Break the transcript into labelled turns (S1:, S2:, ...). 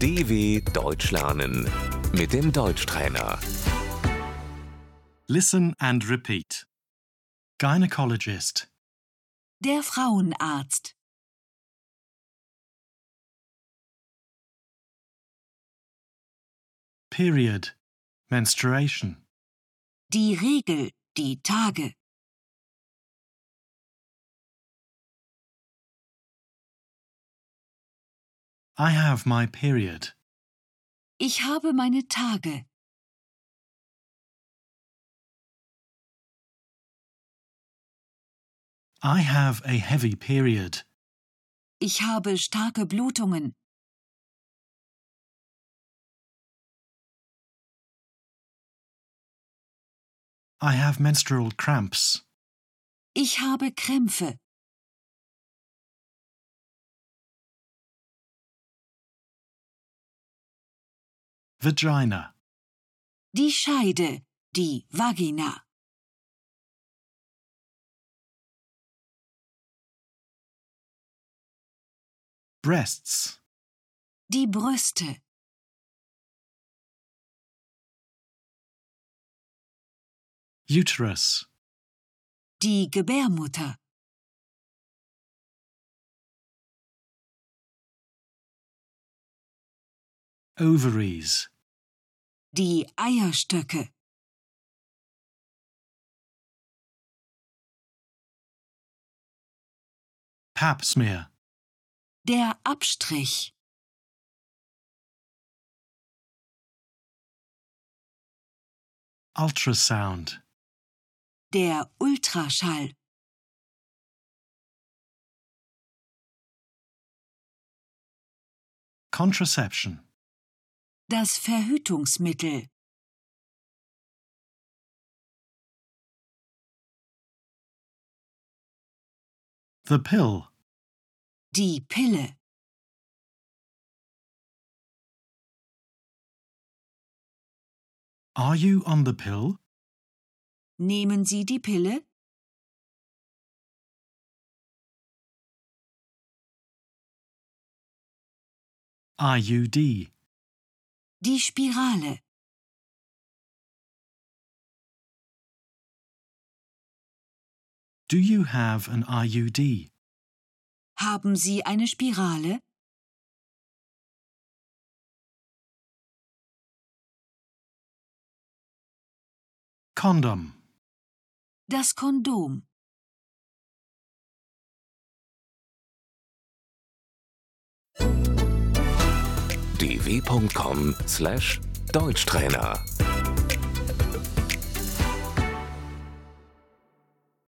S1: DW Deutsch lernen mit dem Deutschtrainer.
S2: Listen and repeat. Gynecologist,
S3: Der Frauenarzt.
S2: period, menstruation,
S3: Die Regel. Die Tage.
S2: I have my period,
S3: Ich habe meine Tage.
S2: I have a heavy period,
S3: Ich habe starke Blutungen.
S2: I have menstrual cramps,
S3: Ich habe Krämpfe.
S2: vagina,
S3: Die Scheide. Die Vagina.
S2: breasts,
S3: Die Brüste.
S2: uterus,
S3: Die Gebärmutter.
S2: ovaries,
S3: Die Eierstöcke.
S2: pap smear,
S3: Der Abstrich.
S2: ultrasound,
S3: Der Ultraschall.
S2: contraception,
S3: Das Verhütungsmittel.
S2: the pill,
S3: Die Pille.
S2: Are you on the pill?
S3: Nehmen Sie die Pille?
S2: IUD,
S3: Die Spirale.
S2: do you have an IUD?
S3: Haben Sie eine Spirale?
S2: Condom,
S3: Das Kondom.
S1: dw.com/deutschtrainer